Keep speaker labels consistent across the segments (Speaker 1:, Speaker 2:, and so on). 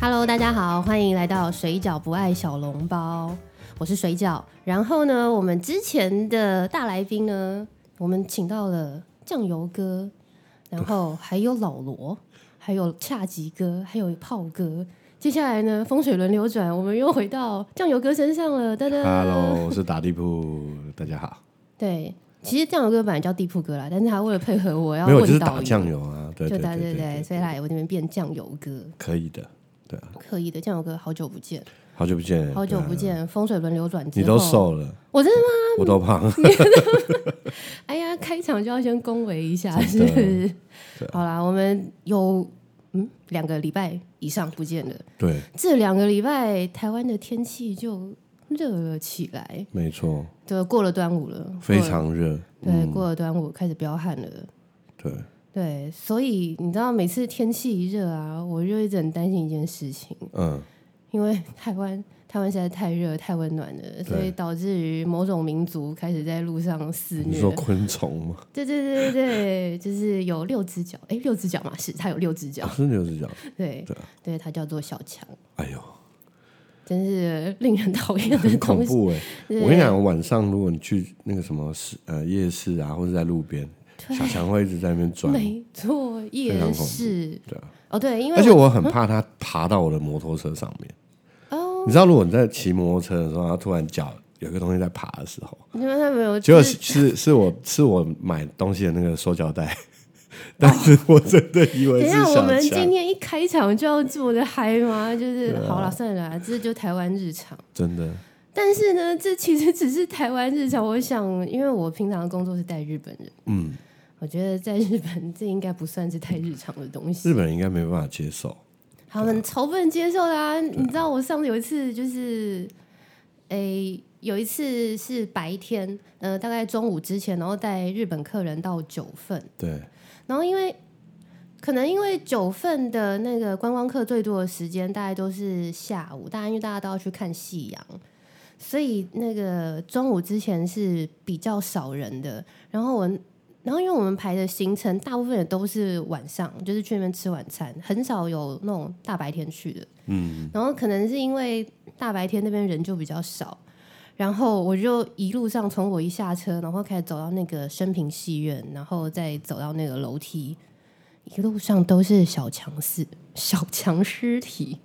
Speaker 1: Hello，大家好，欢迎来到水饺不爱小笼包，我是水饺。然后呢，我们之前的大来宾呢，我们请到了酱油哥，然后还有老罗，还有恰吉哥，还有炮哥。接下来呢，风水轮流转，我们又回到酱油哥身上了。噔噔
Speaker 2: Hello，我是打地铺，大家好。
Speaker 1: 对，其实酱油哥本来叫地铺哥啦，但是他为了配合我要
Speaker 2: 没有，就是
Speaker 1: 问导
Speaker 2: 打
Speaker 1: 游，
Speaker 2: 酱油啊，对
Speaker 1: 就
Speaker 2: 对
Speaker 1: 打对
Speaker 2: 对
Speaker 1: 对，所以来我这边变酱油哥，
Speaker 2: 可以的，对啊，
Speaker 1: 可以的。酱油哥好久不见，
Speaker 2: 好久不见，
Speaker 1: 好久
Speaker 2: 对啊
Speaker 1: 不见，哦风水轮流转之
Speaker 2: 你
Speaker 1: 后，
Speaker 2: 都瘦了，
Speaker 1: 我真的吗？
Speaker 2: 我 都胖，
Speaker 1: 哎呀，开场就要先恭维一下，是
Speaker 2: 真
Speaker 1: 不
Speaker 2: 的啊
Speaker 1: 是？好啦，我们有嗯两个礼拜以上不见了，
Speaker 2: 对，
Speaker 1: 这两个礼拜台湾的天气就热了起来，
Speaker 2: 没错，
Speaker 1: 对，过了端午了，
Speaker 2: 非常热，
Speaker 1: 过
Speaker 2: 嗯
Speaker 1: 了对，过了端午开始飙汗了。
Speaker 2: 对，
Speaker 1: 对，所以你知道每次天气一热啊，我就一直很担心一件事情，
Speaker 2: 嗯，
Speaker 1: 因为台湾台湾实在太热太温暖了，所以导致于某种民族开始在路上肆
Speaker 2: 你
Speaker 1: 虐。
Speaker 2: 说昆虫吗？
Speaker 1: 对对对对对，就是有六只脚，哎，六只脚嘛，是 它有六只脚，
Speaker 2: 哦是牛是角，
Speaker 1: 对
Speaker 2: 对啊
Speaker 1: 对，它叫做小强，
Speaker 2: 哎 呦，
Speaker 1: 真是令人讨厌的
Speaker 2: 很恐
Speaker 1: 东西。
Speaker 2: 怖哎！
Speaker 1: 对
Speaker 2: 我跟你讲，晚上如果你去那个什么市呃夜市啊，或者在路边，小强会一直在那边转，
Speaker 1: 没错，
Speaker 2: 非常
Speaker 1: 夜
Speaker 2: 恐怖
Speaker 1: 市
Speaker 2: 对啊，
Speaker 1: 哦，对，因为
Speaker 2: 而且我很怕它爬到我的摩托车上面。
Speaker 1: 哦，
Speaker 2: 你知道，如果你在骑摩托车的时候，它突然脚有一个东西在爬的时候，
Speaker 1: 你们他们有
Speaker 2: 结果是是是我是我买东西的那个塑胶袋，但是我真的以为
Speaker 1: 等一
Speaker 2: 是
Speaker 1: 下，我
Speaker 2: 小
Speaker 1: 们今
Speaker 2: 强，啊
Speaker 1: 天一开场就要这么的嗨吗？就是、好了，算了啦，这就台湾日常。
Speaker 2: 真的
Speaker 1: 但是呢，这其实只是台湾日常。我想，因为我平常的工作是带日本人，嗯，我觉得在日本这应该不算是太日常的东西
Speaker 2: 日。本人应该没办法接受。
Speaker 1: 他们超不能接受的啊！你知道我上次有一次就是，诶、有一次是白天，呃，大概中午之前，然后带日本客人到九份，
Speaker 2: 对，
Speaker 1: 然后因为可能因为九份的那个观光客最多的时间大概都是下午，大家因为大家都要去看夕阳，所以那个中午之前是比较少人的。然后我，然后因为我们排的行程大部分也都是晚上，就是去那边吃晚餐，很少有那种大白天去的。嗯，然后可能是因为大白天那边人就比较少。然后我就一路上从我一下车，然后开始走到那个生平戏院，然后再走到那个楼梯，一路上都是小强尸，小强尸体。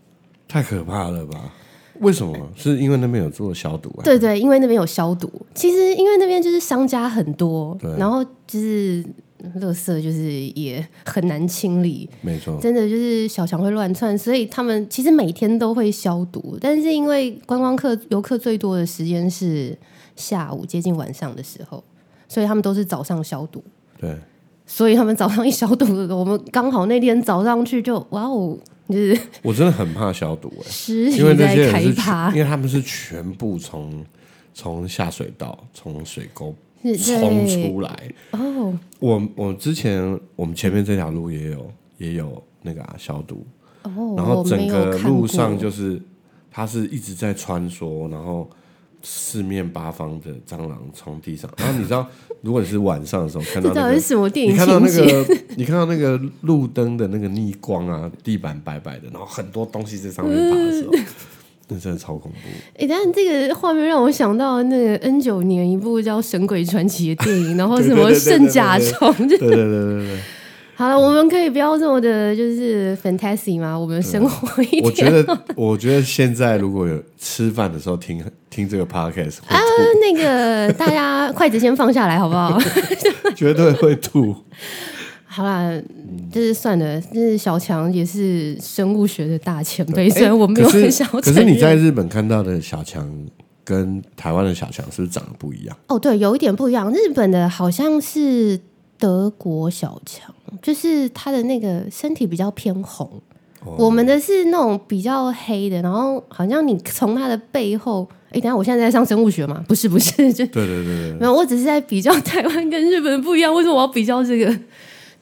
Speaker 2: 太可怕了吧？为什么？是因为那边有做消毒啊？
Speaker 1: 对对，因为那边有消毒。其实因为那边就是商家很多
Speaker 2: 对，
Speaker 1: 然后就是垃圾就是也很难清理，
Speaker 2: 没错，
Speaker 1: 真的就是小强会乱窜，所以他们其实每天都会消毒，但是因为观光客游客最多的时间是下午接近晚上的时候，所以他们都是早上消毒。
Speaker 2: 对，
Speaker 1: 所以他们早上一消毒，我们刚好那天早上去就哇哦，就是
Speaker 2: 我真的很怕消毒哎、
Speaker 1: 尸
Speaker 2: 因为
Speaker 1: 体
Speaker 2: 那
Speaker 1: 在
Speaker 2: 些人
Speaker 1: 开
Speaker 2: 是全，
Speaker 1: 趴，
Speaker 2: 因为他们是全部从从下水道、从水沟
Speaker 1: 是
Speaker 2: 冲
Speaker 1: 对
Speaker 2: 出来，
Speaker 1: 哦，
Speaker 2: 我我之前我们前面这条路也有也有那个、啊、消毒，
Speaker 1: 哦
Speaker 2: 然后
Speaker 1: 我没
Speaker 2: 整
Speaker 1: 有
Speaker 2: 个
Speaker 1: 看
Speaker 2: 路
Speaker 1: 过
Speaker 2: 上就是它是一直在穿梭，然后四面八方的蟑螂从地上，然后你知道，如果你是晚上的时候看到
Speaker 1: 这
Speaker 2: 那
Speaker 1: 到
Speaker 2: 个
Speaker 1: 底是，什么电
Speaker 2: 你
Speaker 1: 影
Speaker 2: 看到
Speaker 1: 情
Speaker 2: 那
Speaker 1: 节？
Speaker 2: 个 你看到那个路灯的那个逆光啊，地板白白的，然后很多东西在上面爬的 时候，那真的超恐怖，
Speaker 1: 哎，但是这个画面让我想到那个 N 九年一部叫《神鬼传奇》的电 影，然后
Speaker 2: 对
Speaker 1: 什
Speaker 2: 对
Speaker 1: 么
Speaker 2: 对对
Speaker 1: 圣
Speaker 2: 对
Speaker 1: 甲
Speaker 2: 对
Speaker 1: 虫，就
Speaker 2: 对对对对对。
Speaker 1: 好了，我们可以不要这么的，就是 fantasy 吗？我们生活一点。
Speaker 2: 我觉得，我觉得现在如果有吃饭的时候听听这个 podcast，会吐，
Speaker 1: 啊那个大家筷子先放下来，好不好？
Speaker 2: 绝对会吐。
Speaker 1: 好啦，就是算了，就是小强也是生物学的大前辈，虽然我没有
Speaker 2: 哎可
Speaker 1: 很
Speaker 2: 是
Speaker 1: 想要
Speaker 2: 可
Speaker 1: 承
Speaker 2: 是
Speaker 1: 认。
Speaker 2: 你在日本看到的小强跟台湾的小强是不是长得不一样？
Speaker 1: 哦，对，有一点不一样，日本的好像是德国小强，就是他的那个身体比较偏红，我们的是那种比较黑的，然后好像你从他的背后，哎，等一下我现在在上生物学吗？不是，不是，就
Speaker 2: 对对对对，
Speaker 1: 没有，我只是在比较 台湾跟日本不一样。为什么我要比较这个？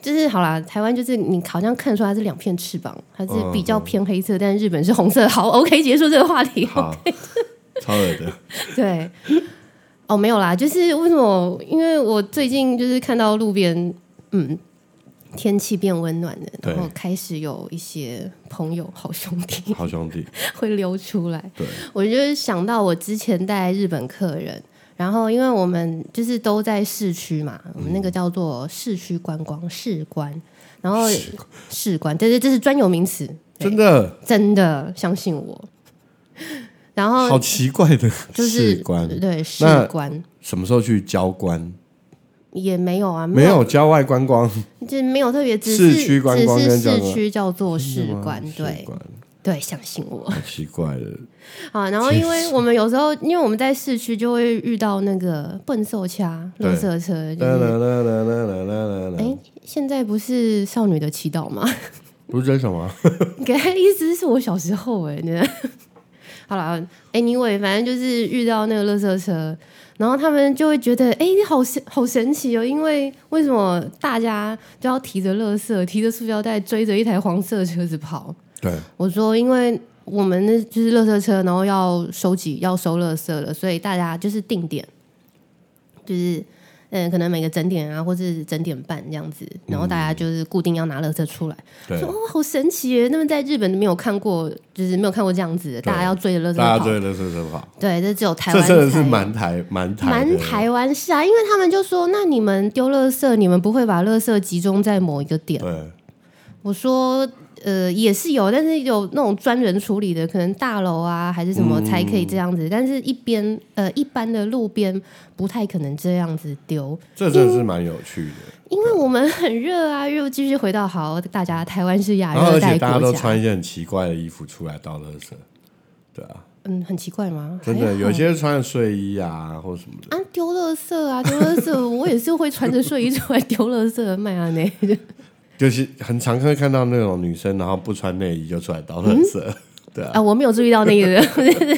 Speaker 1: 就是好啦，台湾就是你好像看得出它是两片翅膀，它是比较偏黑色，但是日本是红色。好，OK，结束这个话题。
Speaker 2: 好，超恶的。
Speaker 1: 对，哦，没有啦，就是为什么？因为我最近就是看到路边，嗯，天气变温暖了，
Speaker 2: 对
Speaker 1: 然后开始有一些朋友、好兄弟
Speaker 2: 好兄弟，
Speaker 1: 会溜出来。
Speaker 2: 对，
Speaker 1: 我就是想到我之前带日本客人，然后因为我们就是都在市区嘛，我们那个
Speaker 2: 嗯
Speaker 1: 叫做市区观光市观，然后市观，对对，这是专有名词，对
Speaker 2: 真的
Speaker 1: 真的相信我。 然后
Speaker 2: 好奇怪的
Speaker 1: 就是
Speaker 2: 士官，
Speaker 1: 对士
Speaker 2: 那
Speaker 1: 官
Speaker 2: 什么时候去交关？
Speaker 1: 也没有啊，
Speaker 2: 没有郊外观光，
Speaker 1: 就是没有特别，只
Speaker 2: 市
Speaker 1: 是
Speaker 2: 区观光
Speaker 1: 只是
Speaker 2: 跟叫
Speaker 1: 市
Speaker 2: 做
Speaker 1: 区叫做士
Speaker 2: 是吗
Speaker 1: 官，
Speaker 2: 士
Speaker 1: 对
Speaker 2: 官
Speaker 1: 对，相信我
Speaker 2: 好奇怪的，
Speaker 1: 啊。然后因为我们有时候，因为我们在市区就会遇到那个笨兽掐、
Speaker 2: 对
Speaker 1: 垃圾车，就
Speaker 2: 啦啦
Speaker 1: 是
Speaker 2: 啦啦啦啦啦啦
Speaker 1: 哎
Speaker 2: 啦，，
Speaker 1: 现在不是少女的祈祷吗？
Speaker 2: 不是这什么？
Speaker 1: 给他意思是我小时候哎、欸， 好了，anyway，反正就是遇到那个垃圾车，然后他们就会觉得，哎、好神，好神奇哦！因为为什么大家都要提着垃圾、提着塑胶袋，追着一台黄色的车子跑？
Speaker 2: 对，
Speaker 1: 我说，因为我们那就是垃圾车，然后要收集、要收垃圾了，所以大家就是定点，就是嗯，可能每个整点啊，或是整点半这样子，然后大家就是固定要拿垃圾出来。
Speaker 2: 对啊
Speaker 1: 说，哦，好神奇耶！那么在日本没有看过，就是没有看过这样子的，大家要追着垃
Speaker 2: 啊大
Speaker 1: 圾
Speaker 2: 家
Speaker 1: 跑。
Speaker 2: 追的是什么？
Speaker 1: 对，这只有台
Speaker 2: 这
Speaker 1: 湾
Speaker 2: 真的是
Speaker 1: 才
Speaker 2: 蛮台蛮台
Speaker 1: 蛮
Speaker 2: 的
Speaker 1: 台湾是啊，因为他们就说，那你们丢垃圾，你们不会把垃圾集中在某一个点？
Speaker 2: 对
Speaker 1: 我说，呃，也是有，但是有那种专人处理的，可能大楼啊还是什么才可以这样子，但是一边呃一般的路边不太可能这样子丢。
Speaker 2: 这真的是蛮有趣的。
Speaker 1: 因为我们很热啊，又继续回到好，大家台湾是亚
Speaker 2: 然后
Speaker 1: 热
Speaker 2: 而
Speaker 1: 带
Speaker 2: 且大家
Speaker 1: 国
Speaker 2: 都
Speaker 1: 家，
Speaker 2: 穿一些很奇怪的衣服出来倒垃圾，对啊，
Speaker 1: 嗯，很奇怪吗？
Speaker 2: 真的
Speaker 1: 还好
Speaker 2: 有些穿睡衣啊或什么的，
Speaker 1: 啊，丢垃圾啊，丢垃圾！我也是会穿着睡衣出来 丢垃圾，卖啊呢。
Speaker 2: 就是很常会看到那种女生然后不穿内衣就出来
Speaker 1: 嗯
Speaker 2: 倒垃圾，对啊，
Speaker 1: 啊，我没有注意到那个。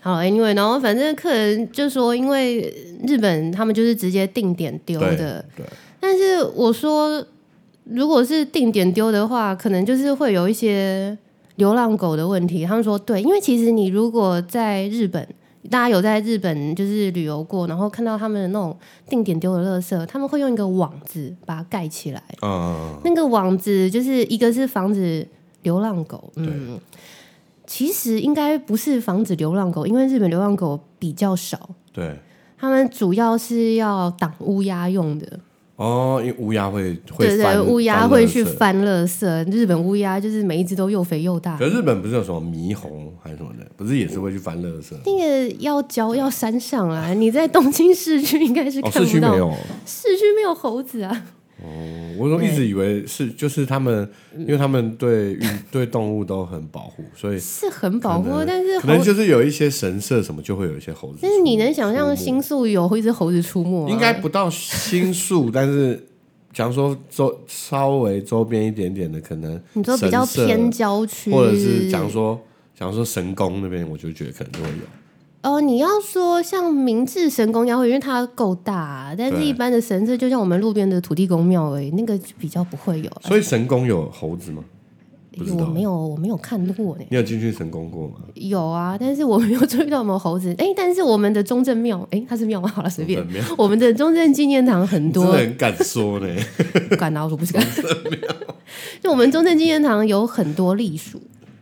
Speaker 1: 好，anyway，然后反正客人就说，因为日本他们就是直接定点丢
Speaker 2: 对
Speaker 1: 的，
Speaker 2: 对
Speaker 1: 但是我说，如果是定点丢的话，可能就是会有一些流浪狗的问题。他们说对，因为其实你如果在日本，大家有在日本就是旅游过，然后看到他们的那种定点丢的垃圾，他们会用一个网子把它盖起来。
Speaker 2: 嗯，
Speaker 1: 那个网子就是一个是防止流浪狗，嗯，其实应该不是防止流浪狗，因为日本流浪狗比较少，
Speaker 2: 对。
Speaker 1: 他们主要是要挡乌鸦用的。
Speaker 2: 哦，因为乌鸦会会
Speaker 1: 对对，
Speaker 2: 翻
Speaker 1: 乌鸦
Speaker 2: 翻
Speaker 1: 会
Speaker 2: 垃
Speaker 1: 去
Speaker 2: 圾
Speaker 1: 翻垃圾，日本乌鸦就是每一只都又肥又大
Speaker 2: 可。日本不是有什么霓虹还是什么的，不是也是会去翻垃圾？
Speaker 1: 那个要郊要山上啊，你在东京市区应该是
Speaker 2: 哦，
Speaker 1: 看
Speaker 2: 市区
Speaker 1: 不
Speaker 2: 没
Speaker 1: 到，
Speaker 2: 有。
Speaker 1: 市区没有猴子啊。
Speaker 2: 我都一直以为是，就是他们，因为他们对 运对动物都很保护，所以
Speaker 1: 是很保护，但是
Speaker 2: 可
Speaker 1: 猴
Speaker 2: 能就是有一些神社什么，就会有一些猴子出
Speaker 1: 但
Speaker 2: 没。
Speaker 1: 是你能想象
Speaker 2: 出
Speaker 1: 新宿有一只猴子出没
Speaker 2: 没
Speaker 1: 吗？
Speaker 2: 应该不到新宿，但是假如说周稍微周边一点点的，可能
Speaker 1: 你说比较
Speaker 2: 神社
Speaker 1: 偏郊区，
Speaker 2: 或者是假如说假如说神宫那边，我就觉得可能就会有。
Speaker 1: 哦，你要说像明治神宫庙会，因为它够大，但是
Speaker 2: 对
Speaker 1: 一般的神社就像我们路边的土地公庙而已，那个就比较不会有。
Speaker 2: 所以神宫有猴子吗？不知道
Speaker 1: 我没有，我没有看过呢。
Speaker 2: 你有进去神宫过吗？
Speaker 1: 有啊，但是我没有注意到有没有猴子。哎，但是我们的中正庙，哎，它是庙吗？好了，随便
Speaker 2: 中正。
Speaker 1: 我们的中正纪念堂很
Speaker 2: 你真
Speaker 1: 多
Speaker 2: 的，很敢说呢。
Speaker 1: 不敢拿我说不是敢。就我们中正纪念堂有很多栗鼠，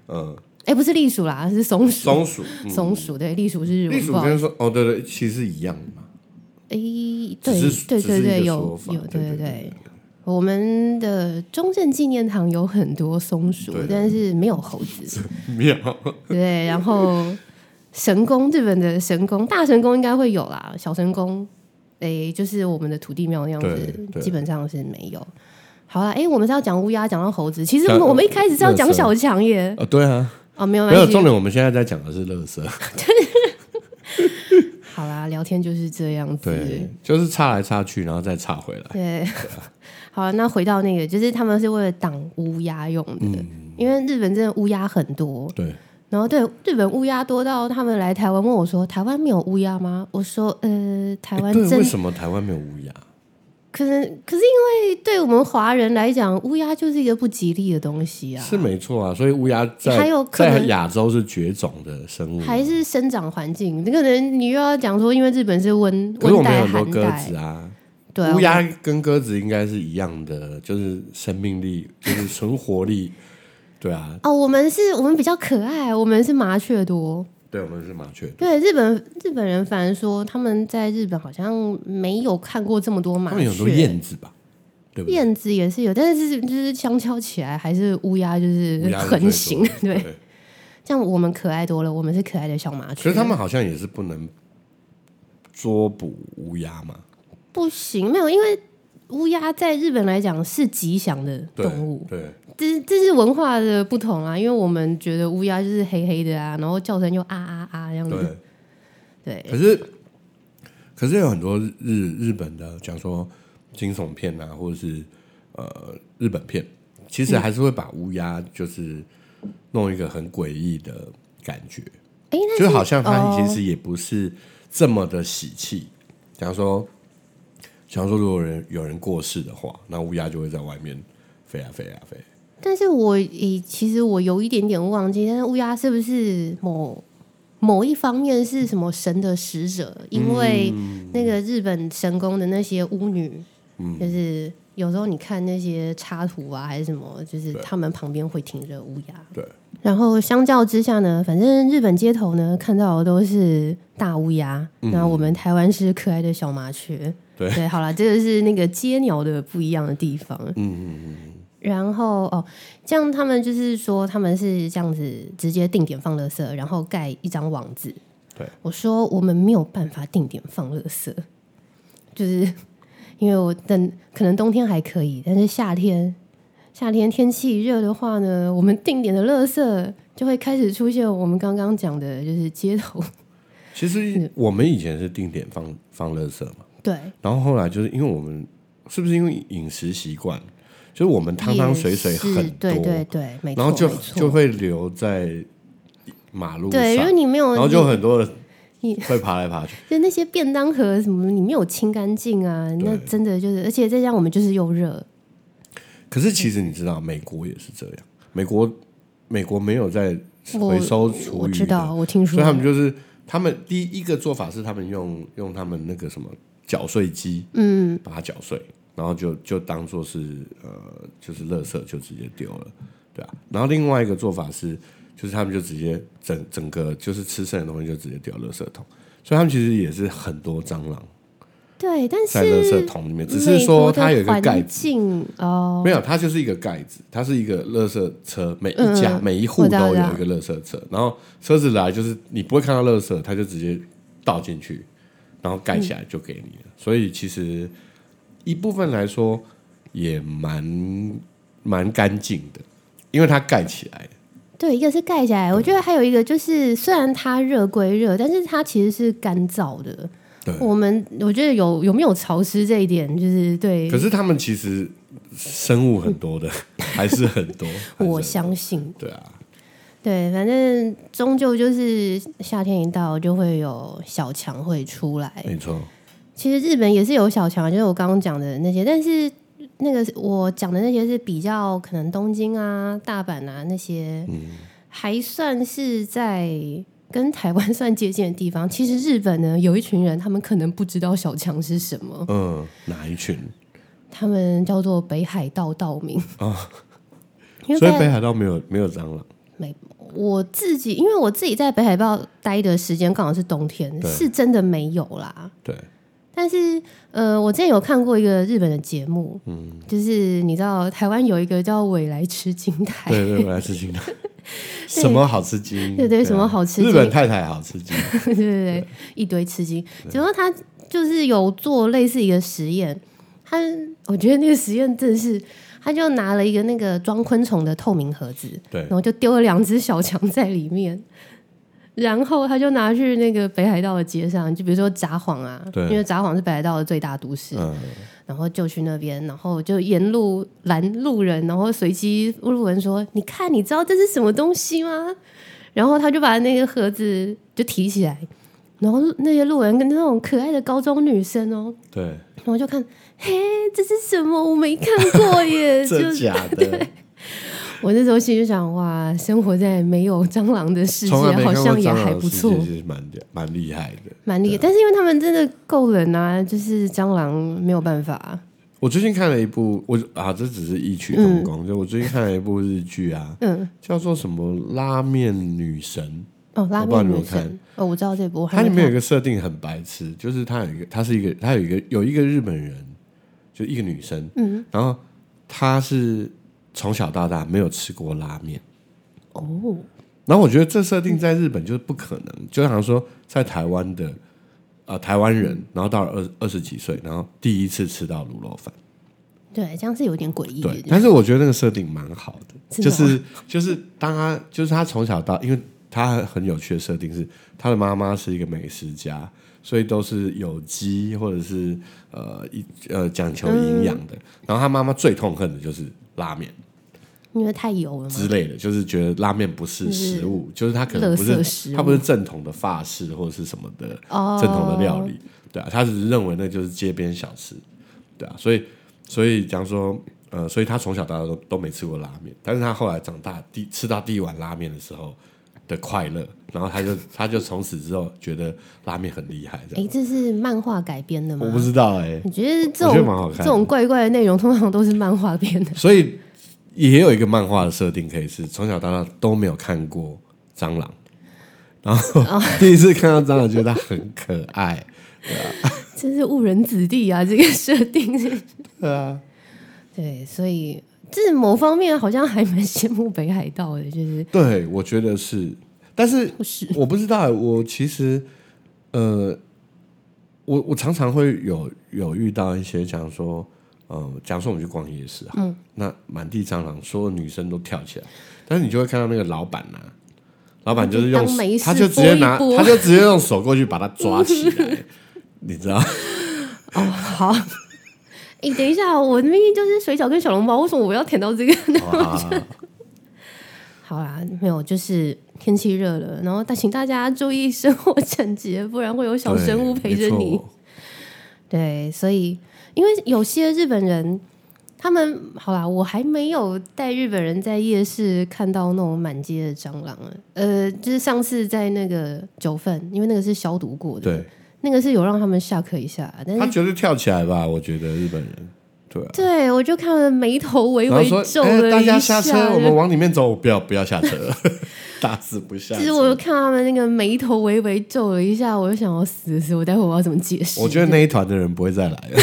Speaker 2: 嗯，
Speaker 1: 哎，不是栗鼠啦，是松鼠。
Speaker 2: 松鼠，嗯
Speaker 1: 松鼠对，栗鼠是日文
Speaker 2: 栗鼠
Speaker 1: 不好意思
Speaker 2: 跟说哦，对对，其实是一样的嘛。
Speaker 1: 诶，
Speaker 2: 只
Speaker 1: 对
Speaker 2: 是
Speaker 1: 对
Speaker 2: 只
Speaker 1: 对
Speaker 2: 是一个
Speaker 1: 对，有
Speaker 2: 说法
Speaker 1: 有
Speaker 2: 对
Speaker 1: 对
Speaker 2: 对
Speaker 1: 对，我们的中正纪念堂有很多松鼠
Speaker 2: 对，
Speaker 1: 但是没有猴 子。
Speaker 2: 喵，
Speaker 1: 对，然后神宫，日本的神宫，大神宫应该会有啦，小神宫，诶，就是我们的土地庙那样
Speaker 2: 对
Speaker 1: 子，
Speaker 2: 对
Speaker 1: 基本上是没有。好啦，诶，我们是要讲乌鸦，讲到猴子，其实
Speaker 2: 讲
Speaker 1: 我们一开始是要讲
Speaker 2: 乐色
Speaker 1: 小强耶，
Speaker 2: 啊，对啊，
Speaker 1: 哦，没有
Speaker 2: 没有
Speaker 1: 关系
Speaker 2: 重，点，我们现在在讲的是乐色，
Speaker 1: 好啦，聊天就是这样子。
Speaker 2: 对，就是插来插去，然后再插回来，
Speaker 1: 对，好，那回到那个，就是他们是为了挡乌鸦用的，
Speaker 2: 嗯
Speaker 1: 因为日本真的乌鸦很多。
Speaker 2: 对，
Speaker 1: 然后对日本乌鸦多到他们来台湾问我说：“台湾没有乌鸦吗？”我说：“呃，台
Speaker 2: 诶
Speaker 1: 湾
Speaker 2: 哎对，
Speaker 1: 真
Speaker 2: 为什么台湾没有乌鸦？
Speaker 1: 可能，可是因为对我们华人来讲，乌鸦就是一个不吉利的东西啊，
Speaker 2: 是没错啊，所以乌鸦在
Speaker 1: 还有可
Speaker 2: 在
Speaker 1: 能
Speaker 2: 亚洲是绝种的生物，
Speaker 1: 还是生长环境。可能你又要讲说，因为日本是温
Speaker 2: 可是我
Speaker 1: 温
Speaker 2: 们
Speaker 1: 带
Speaker 2: 有很多
Speaker 1: 寒
Speaker 2: 鸽
Speaker 1: 带
Speaker 2: 子，啊，
Speaker 1: 对啊
Speaker 2: 乌鸦跟鸽子应该是一样的，就是生命力， 就是存活力。对啊，
Speaker 1: 哦，我们是我们比较可爱，我们是麻雀多。
Speaker 2: 对我们是麻雀，
Speaker 1: 对，日本日本人反而说他们在日本好像没有看过这么多麻
Speaker 2: 他
Speaker 1: 雀，
Speaker 2: 们有很多燕子吧？对不对？
Speaker 1: 燕子也是有，但是就是就是相较起来，还是乌鸦就是
Speaker 2: 乌鸦是最
Speaker 1: 横行
Speaker 2: 多的。
Speaker 1: 对，
Speaker 2: 对，
Speaker 1: 这样我们可爱多了，我们是可爱的小麻
Speaker 2: 可
Speaker 1: 雀。
Speaker 2: 是他们好像也是不能捉捕乌鸦嘛。
Speaker 1: 不行，没有，因为乌鸦在日本来讲是吉祥的
Speaker 2: 对
Speaker 1: 动物，
Speaker 2: 对，
Speaker 1: 这这是文化的不同啊。因为我们觉得乌鸦就是黑黑的啊，然后叫声又啊啊啊这样子。
Speaker 2: 对，
Speaker 1: 对，
Speaker 2: 可是可是有很多日日本的，讲说惊悚片啊，或者是呃日本片，其实还是会把乌鸦就是弄一个很诡异的感觉，
Speaker 1: 哎，那
Speaker 2: 就好像它其
Speaker 1: 哦
Speaker 2: 实也不是这么的喜气。假如说，假如说如果有人有人过世的话，那乌鸦就会在外面飞啊飞啊飞。
Speaker 1: 但是我也其实我有一点点忘记，但是乌鸦是不是某某一方面是什么神的使者？因为那个日本神宫的那些巫女，就是有时候你看那些插图啊，还是什么，就是
Speaker 2: 对
Speaker 1: 他们旁边会停着乌鸦。
Speaker 2: 对，
Speaker 1: 然后相较之下呢，反正日本街头呢看到的都是大乌鸦，那我们台湾是可爱的小麻雀。
Speaker 2: 对
Speaker 1: 好啦，这个是那个街鸟的不一样的地方。嗯嗯嗯。然后哦，这样他们就是说他们是这样子直接定点放垃圾，然后盖一张网子。
Speaker 2: 对，
Speaker 1: 我说我们没有办法定点放垃圾， 就是因为我等可能冬天还可以，但是夏天夏天天气热的话呢，我们定点的垃圾就会开始出现我们刚刚讲的，就是街头。
Speaker 2: 其实我们以前是定点放放垃圾嘛。
Speaker 1: 对，
Speaker 2: 然后后来就是因为我们是不是因为饮食习惯，就是我们汤汤水水
Speaker 1: 也
Speaker 2: 很
Speaker 1: 是
Speaker 2: 多，
Speaker 1: 对对对，没错，
Speaker 2: 然后就
Speaker 1: 没错
Speaker 2: 就会留在马路上，
Speaker 1: 对，因为
Speaker 2: 然
Speaker 1: 你没有，
Speaker 2: 后就很多人
Speaker 1: 你
Speaker 2: 会爬来爬去，
Speaker 1: 就那些便当盒什么，你没有清干净啊，那
Speaker 2: 对
Speaker 1: 真的就是，而且再加上我们就是又热，
Speaker 2: 可是其实你知道，美国也是这样，美国美国没有在
Speaker 1: 我
Speaker 2: 回收厨
Speaker 1: 我
Speaker 2: 余
Speaker 1: 知道，
Speaker 2: 的，
Speaker 1: 我听
Speaker 2: 所以
Speaker 1: 说
Speaker 2: 他们就是他们第一个做法是他们用用他们那个什么搅碎机，嗯，把它搅碎，然后就就当做是呃就是垃圾就直接丢了，对啊。然后另外一个做法是，就是他们就直接整整个就是吃剩的东西就直接丢垃圾桶，所以他们其实也是很多蟑螂
Speaker 1: 对，但
Speaker 2: 在垃圾
Speaker 1: 是
Speaker 2: 桶里面，只是说它有一个盖子。
Speaker 1: 境哦，
Speaker 2: 没有，它就是一个盖子，它是一个垃圾车，每一家、
Speaker 1: 嗯
Speaker 2: 每一户
Speaker 1: 我知
Speaker 2: 都
Speaker 1: 道
Speaker 2: 有
Speaker 1: 我知道
Speaker 2: 一个垃圾车，然后车子来就是你不会看到垃圾，它就直接倒进去，然后盖起来就给你了。所以其实一部分来说也蛮蛮干净的，因为它盖起来。
Speaker 1: 对，一个是盖起来，我觉得还有一个就是，虽然它热归热，但是它其实是干燥的。
Speaker 2: 对
Speaker 1: 我们我觉得有有没有潮湿这一点，就是对
Speaker 2: 可，是他们其实生物很多的， 还是很多。还是
Speaker 1: 我相信
Speaker 2: 对啊，
Speaker 1: 对，反正终究就是夏天一到，就会有小强会出来。
Speaker 2: 没错。
Speaker 1: 其实日本也是有小强，就是我刚刚讲的那些，但是那个我讲的那些是比较可能东京啊、大阪啊那些，还算是在跟台湾 算接近的地方。其实日本呢，有一群人，他们可能不知道小强是什么，
Speaker 2: 嗯，哪一群？
Speaker 1: 他们叫做北海道道民啊， 因为
Speaker 2: 所以
Speaker 1: 在
Speaker 2: 北海道没有没有蟑螂。
Speaker 1: 没，我自己因为我自己在北海道待的时间刚好是冬天，
Speaker 2: 对
Speaker 1: 是真的没有啦。
Speaker 2: 对，
Speaker 1: 但是呃，我之前有看过一个日本的节目，嗯，就是你知道台湾有一个叫“未来吃惊台”，
Speaker 2: 对对，我来吃惊的。什么好吃惊？
Speaker 1: 对对
Speaker 2: 啊
Speaker 1: 什么好吃惊
Speaker 2: 日本太太好吃惊。
Speaker 1: 对对对，一堆吃惊。只不过他就是有做类似一个实验，他我觉得那个实验真的是，他就拿了一个那个装昆虫的透明盒子，
Speaker 2: 对
Speaker 1: 然，后就丢了两只小强在里面，然后他就拿去那个北海道的街上，就比如说札幌啊，
Speaker 2: 对
Speaker 1: 因为札幌是北海道的最大都市，
Speaker 2: 嗯，
Speaker 1: 然后就去那边，然后就沿路拦路人，然后随机问路人说：“你看，你知道这是什么东西吗？”然后他就把那个盒子就提起来，然后那些路人跟那种可爱的高中女生哦，
Speaker 2: 对，
Speaker 1: 然后就 看，嘿，这是什么？我没看过耶，就
Speaker 2: 这假的，
Speaker 1: 我那时候心里就想，哇，生活在没有蟑螂的世界，
Speaker 2: 从来没
Speaker 1: 好
Speaker 2: 看过
Speaker 1: 像也
Speaker 2: 蟑
Speaker 1: 还
Speaker 2: 螂的
Speaker 1: 不
Speaker 2: 世
Speaker 1: 错
Speaker 2: 界，其实蛮屌蛮厉害的。
Speaker 1: 蛮厉害。但是因为他们真的够冷啊，就是蟑螂没有办法。
Speaker 2: 我最近看了一部，我啊，这只是异曲同工。就我最近看了一部日剧啊，
Speaker 1: 嗯，
Speaker 2: 叫做什么《拉面女神
Speaker 1: 哦，拉
Speaker 2: 我不知道
Speaker 1: 面女
Speaker 2: 你有没有看
Speaker 1: 神，哦，我知道这部，》，我还
Speaker 2: 它里面有一
Speaker 1: 看
Speaker 2: 个设定很白痴，就是它有一个，它是一个，它有一个有一个日本人，就一个女生，
Speaker 1: 嗯，
Speaker 2: 然后她是从小到大没有吃过拉面。
Speaker 1: 哦，
Speaker 2: 然后我觉得这设定在日本就是不可能，就好像说在台湾的啊、呃台湾人，
Speaker 1: 嗯
Speaker 2: 然后到了二二十几岁，然后第一次吃到卤肉饭，
Speaker 1: 对，这样是有点诡异
Speaker 2: 对。
Speaker 1: 的，
Speaker 2: 但是我觉得那个设定蛮好的，
Speaker 1: 真
Speaker 2: 就
Speaker 1: 的吗
Speaker 2: 是就是当他就是他从小到，因为他很有趣的设定是他的妈妈是一个美食家，所以都是有机或者是呃一呃讲求营养
Speaker 1: 嗯
Speaker 2: 的。然后他妈妈最痛恨的就是拉面
Speaker 1: 因为太油了嘛
Speaker 2: 之。类的，就是觉得拉面不是食物，就是他可能不
Speaker 1: 垃圾
Speaker 2: 是
Speaker 1: 食物
Speaker 2: 他不是正统的法式或者是什么的
Speaker 1: 哦，
Speaker 2: 正统的料理，对啊，他只是认为那就是街边小吃，对啊，所以所以讲说，呃，所以他从小到大都都没吃过拉面，但是他后来长大第吃到第一碗拉面的时候的快乐，然后他就他就从此之后觉得拉面很厉害，这
Speaker 1: 哎，
Speaker 2: 样
Speaker 1: 这是漫画改编的吗？
Speaker 2: 我不知道哎、
Speaker 1: 你觉得这
Speaker 2: 我觉得
Speaker 1: 种
Speaker 2: 蛮好看的
Speaker 1: 这种怪怪的内容，通常都是漫画编的。
Speaker 2: 所以也有一个漫画的设定，可以是从小到大都没有看过蟑螂，然后 第一次看到蟑螂，觉得它很可爱。
Speaker 1: 真是误人子弟啊！这个设定是，
Speaker 2: 对啊，
Speaker 1: 对，所以这某方面好像还蛮羡慕北海道的，就是
Speaker 2: 对，我觉得是，但是
Speaker 1: 不是
Speaker 2: 我不知道，我其实呃，我我常常会有有遇到一些，讲说。呃，假如说我们去逛夜市啊，
Speaker 1: 嗯
Speaker 2: 那满地蟑螂，所有女生都跳起来，但是你就会看到那个老板呐、啊老板就是用
Speaker 1: 当没，事
Speaker 2: 他就直接拿，
Speaker 1: 拨一拨
Speaker 2: 他就直接用手过去把它抓起来， 你知道？
Speaker 1: 哦，好。 哎、等一下，我明明就是水饺跟小笼包，为什么我要舔到这个？
Speaker 2: 哇
Speaker 1: 好啦，没有，就是天气热了，然后但请大家注意生活整洁，不然会有小生物陪着
Speaker 2: 对没
Speaker 1: 你。
Speaker 2: 错
Speaker 1: 对，所以因为有些日本人，他们好啦，我还没有带日本人在夜市看到那种满街的蟑螂啊。呃，就是上次在那个九份，因为那个是消毒过的，
Speaker 2: 对，
Speaker 1: 那个是有让他们下课一下，但
Speaker 2: 他
Speaker 1: 是
Speaker 2: 绝对跳起来吧？我觉得日本人，对啊。
Speaker 1: 对我就看了眉头微
Speaker 2: 然后
Speaker 1: 微
Speaker 2: 说：“
Speaker 1: 皱
Speaker 2: 哎
Speaker 1: 了一
Speaker 2: 大家下车，我
Speaker 1: 就
Speaker 2: 们往里面走，不要不要下车， 打死不下车。”
Speaker 1: 其实我就看他们那个眉头微微皱了一下，我就想要死死，我待会我要怎么解释？
Speaker 2: 我觉得那一团的人不会再来了。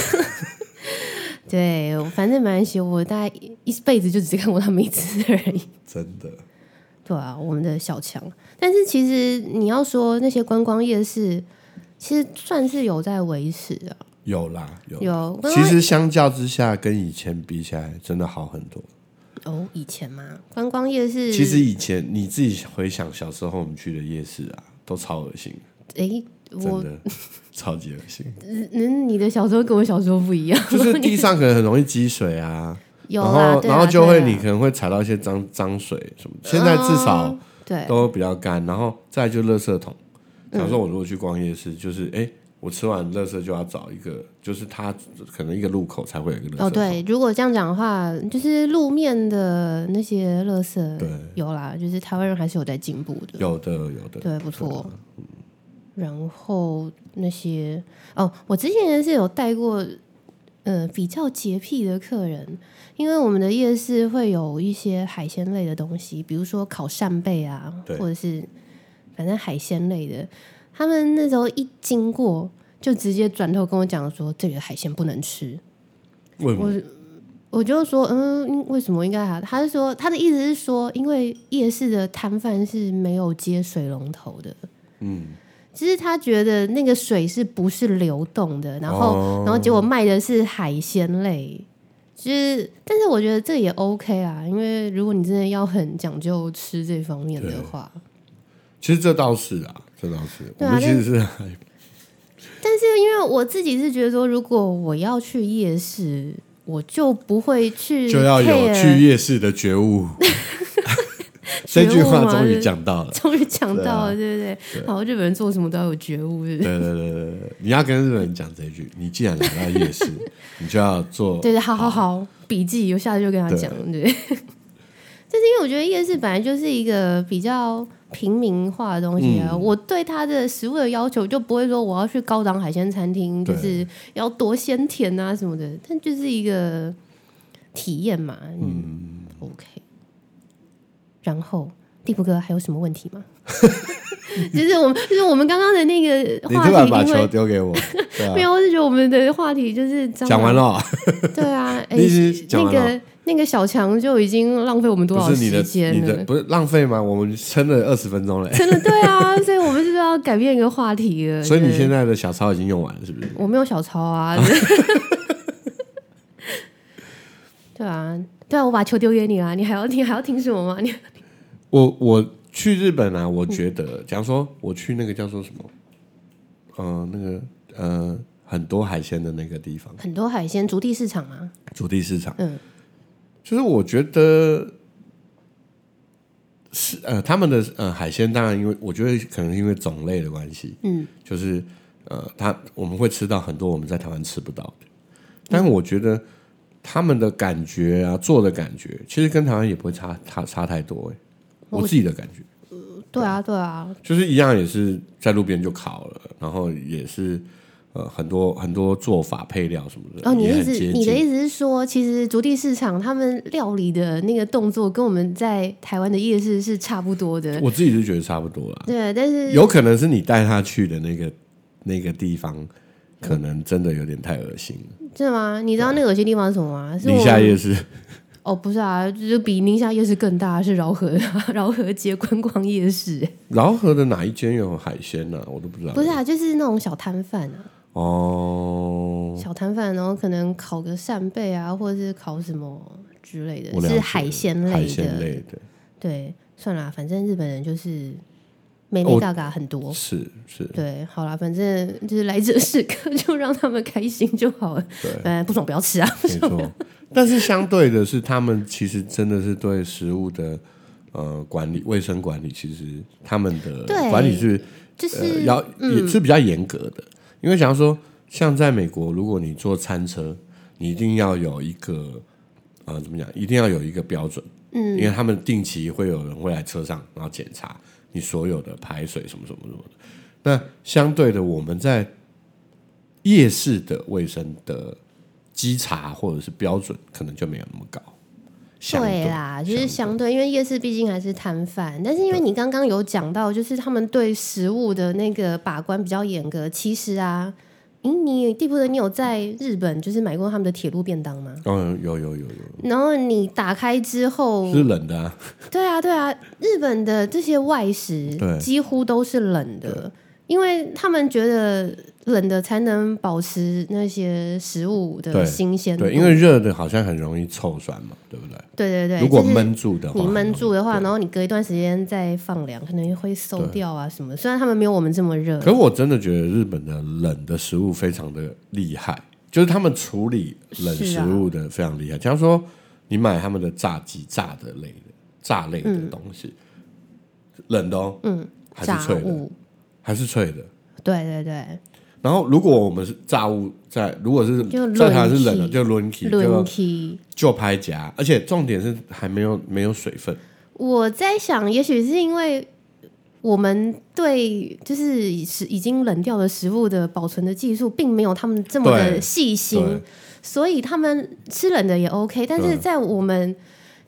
Speaker 1: 对，我反正蛮喜欢，我大概一一辈子就只看过他们一次而已。
Speaker 2: 真的，
Speaker 1: 对啊，我们的小强。但是其实你要说那些观光夜市，其实算是有在维持啊。
Speaker 2: 有啦有。
Speaker 1: 有观
Speaker 2: 其
Speaker 1: 光
Speaker 2: 实相较之下，跟以前比起来，真的好很多。
Speaker 1: 哦，以前嘛，观光夜市
Speaker 2: 其实以前你自己回想小时候我们去的夜市啊，都超恶心，
Speaker 1: 诶，
Speaker 2: 真
Speaker 1: 我
Speaker 2: 的超级恶心。
Speaker 1: 嗯，你的小时候跟我小时候不一样，
Speaker 2: 就是地上可能很容易积水啊，
Speaker 1: 有
Speaker 2: 然
Speaker 1: 啦，
Speaker 2: 后
Speaker 1: 对啊
Speaker 2: 然后就会
Speaker 1: 对啊
Speaker 2: 你可能会踩到一些脏脏水什么的。现在至少
Speaker 1: 嗯对嗯
Speaker 2: 都比较干，然后再来就垃圾桶。假如说我如果去逛夜市，就是哎、诶我吃完垃圾就要找一个，就是它可能一个路口才会有一个垃圾桶。
Speaker 1: 哦，对，如果这样讲的话，就是路面的那些垃圾，
Speaker 2: 对
Speaker 1: 有啦，就是台湾人还是有在进步的，
Speaker 2: 有的有的，
Speaker 1: 对，不错。然后那些哦，我之前也是有带过，呃，比较洁癖的客人，因为我们的夜市会有一些海鲜类的东西，比如说烤扇贝啊，
Speaker 2: 对
Speaker 1: 或者是反正海鲜类的，他们那时候一经过。就直接转头跟我讲说，这里的海鲜不能吃。
Speaker 2: 为什么？
Speaker 1: 我就说，嗯，应为什么应该还好？他是说，他的意思是说，因为夜市的摊贩是没有接水龙头的。
Speaker 2: 嗯，
Speaker 1: 其实他觉得那个水是不是流动的，然后、
Speaker 2: 哦
Speaker 1: 然后结果卖的是海鲜类，就是但是我觉得这也 OK 啊，因为如果你真的要很讲究吃这方面的话，
Speaker 2: 其实这倒是啊，这倒是，
Speaker 1: 对
Speaker 2: 我
Speaker 1: 啊
Speaker 2: 们其实是哎还
Speaker 1: 但是因为我自己是觉得说，如果我要去夜市，我就不会去
Speaker 2: 就要有
Speaker 1: care
Speaker 2: 去夜市的觉悟。 这句
Speaker 1: 觉悟
Speaker 2: 话
Speaker 1: 吗
Speaker 2: 终于讲到了。
Speaker 1: 终于讲
Speaker 2: 对啊
Speaker 1: 到了，对不对？好，日本人做什么都要有觉悟，对不对？
Speaker 2: 对对对对对，你要跟日本人讲这一句，你既然来到 夜市，你就要做
Speaker 1: 对对，好好好，笔记，我下次就跟他讲，对。 但是因为我觉得夜市本来就是一个比较平民化的东西啊，
Speaker 2: 嗯
Speaker 1: 我对它的食物的要求就不会说我要去高档海鲜餐厅，就
Speaker 2: 对
Speaker 1: 是要多鲜甜啊什么的，但就是一个体验嘛。嗯，OK。然后地普哥还有什么问题 吗？ 就是我们，就是我们刚刚的那个
Speaker 2: 你
Speaker 1: 话
Speaker 2: 突
Speaker 1: 题，
Speaker 2: 然把
Speaker 1: 因
Speaker 2: 球
Speaker 1: 为
Speaker 2: 丢给我，对 啊
Speaker 1: 没，有，我是觉得我们的话题就是蟑螂
Speaker 2: 讲完了，
Speaker 1: 对 啊，哎、
Speaker 2: 你已经讲
Speaker 1: 那
Speaker 2: 完了
Speaker 1: 个那个小强就已经浪费我们多
Speaker 2: 不
Speaker 1: 少
Speaker 2: 是你的
Speaker 1: 时间
Speaker 2: 你的
Speaker 1: 了？
Speaker 2: 不是浪费吗？我们撑了二十分钟 嘞，
Speaker 1: 真的对啊，所以我们是不是要改变一个话题了？
Speaker 2: 所以你
Speaker 1: 对
Speaker 2: 现在的小抄已经用完了，是不是？
Speaker 1: 我没有小抄 啊。对啊，对啊，我把球丢给你啊，你还要 你还要听什么吗？ 你
Speaker 2: 我我去日本啊，我觉得，假如说我去那个叫做什么，呃，那个呃，很多海鲜的那个地方，
Speaker 1: 很多海鲜竹地市场啊，
Speaker 2: 主题市场，
Speaker 1: 嗯，
Speaker 2: 就是我觉得是呃，他们的呃海鲜，当然因为我觉得可能因为种类的关系，
Speaker 1: 嗯，
Speaker 2: 就是呃，他我们会吃到很多我们在台湾吃不到的，但
Speaker 1: 嗯
Speaker 2: 我觉得他们的感觉啊，做的感觉，其实跟台湾也不会差差差太多、欸，我自己的感觉。
Speaker 1: 对啊，对啊，
Speaker 2: 就是一样，也是在路边就烤了，然后也是呃很多很多做法配料什么的，
Speaker 1: 哦，你
Speaker 2: 也
Speaker 1: 的意
Speaker 2: 很
Speaker 1: 思，
Speaker 2: 接
Speaker 1: 你的
Speaker 2: 近。
Speaker 1: 意思是说，其实竹地市场他们料理的那个动作跟我们在台湾的夜市是差不多的，
Speaker 2: 我自己是觉得差不多啦，
Speaker 1: 对，但是
Speaker 2: 有可能是你带他去的那个那个地方，可能真的有点太恶心了。
Speaker 1: 真的吗？你知道那个恶心地方是什么吗？是我
Speaker 2: 啊宁
Speaker 1: 们
Speaker 2: 夏夜市，
Speaker 1: 哦，不是啊，就是比宁夏夜市更大，是饶河 饶河街观光夜 市，
Speaker 2: 饶河的哪一间有海鲜呢、我都不知道。
Speaker 1: 不是啊，就是那种小摊贩啊，
Speaker 2: 哦，
Speaker 1: 小摊贩，然后可能烤个扇贝啊，或者是烤什么之类的
Speaker 2: 我，了解
Speaker 1: 是海鲜类
Speaker 2: 海
Speaker 1: 的。
Speaker 2: 鲜类的，
Speaker 1: 对，算啦，反正日本人就是美
Speaker 2: 哦
Speaker 1: 美嘎嘎很多。
Speaker 2: 是是，
Speaker 1: 对，好啦，反正就是来者是客， 就让他们开心就好了。
Speaker 2: 对，
Speaker 1: 嗯，不爽不要吃啊。
Speaker 2: 没错。但是相对的是，他们其实真的是对食物的呃管理、卫生管理，其实他们的
Speaker 1: 对
Speaker 2: 管理是
Speaker 1: 就是、嗯
Speaker 2: 呃要也是比较严格的。因为假如说，像在美国，如果你坐餐车，你一定要有一个呃怎么讲，一定要有一个标准，嗯，因为他们定期会有人会来车上，然后检查你所有的排水什么什么什么的。那相对的，我们在夜市的卫生的稽查或者是标准，可能就没有那么高。相
Speaker 1: 对啦，就是相对，因为夜市毕竟还是摊贩，但是因为你刚刚有讲到，就是他们对食物的那个把关比较严格。其实啊，咦，你地铺的你有在日本就是买过他们的铁路便当吗？
Speaker 2: 嗯，有有有有，
Speaker 1: 然后你打开之后，
Speaker 2: 是冷的啊，
Speaker 1: 对啊对啊，日本的这些外食
Speaker 2: 对
Speaker 1: 几乎都是冷的，因为他们觉得冷的才能保持那些食物的
Speaker 2: 对
Speaker 1: 新鲜度。
Speaker 2: 对，因为热的好像很容易臭酸嘛，对不对？
Speaker 1: 对对对，
Speaker 2: 如果
Speaker 1: 就是
Speaker 2: 闷住的话，
Speaker 1: 你闷住的话，
Speaker 2: 对
Speaker 1: 然后你隔一段时间再放凉，可能会馊掉啊什么。虽然他们没有我们这么热，
Speaker 2: 可我真的觉得日本的冷的食物非常的厉害，就是他们处理冷食物的非常厉害。假如说你买他们的炸鸡、炸的类的、炸类的东西，冷的哦，嗯，还是
Speaker 1: 炸
Speaker 2: 脆的，
Speaker 1: 物，
Speaker 2: 还是脆的。
Speaker 1: 对对对，
Speaker 2: 然后如果我们是炸物在，如果是
Speaker 1: 就
Speaker 2: 在台湾是冷
Speaker 1: 轮
Speaker 2: 的，
Speaker 1: 起
Speaker 2: 就轮起，
Speaker 1: 轮
Speaker 2: 就
Speaker 1: 梯。
Speaker 2: 就拍夹，而且重点是还没有没有水分。
Speaker 1: 我在想，也许是因为我们对就是食已经冷掉的食物的保存的技术，并没有他们这么的
Speaker 2: 对
Speaker 1: 细心
Speaker 2: 对，
Speaker 1: 所以他们吃冷的也 OK。但是
Speaker 2: 对
Speaker 1: 在我们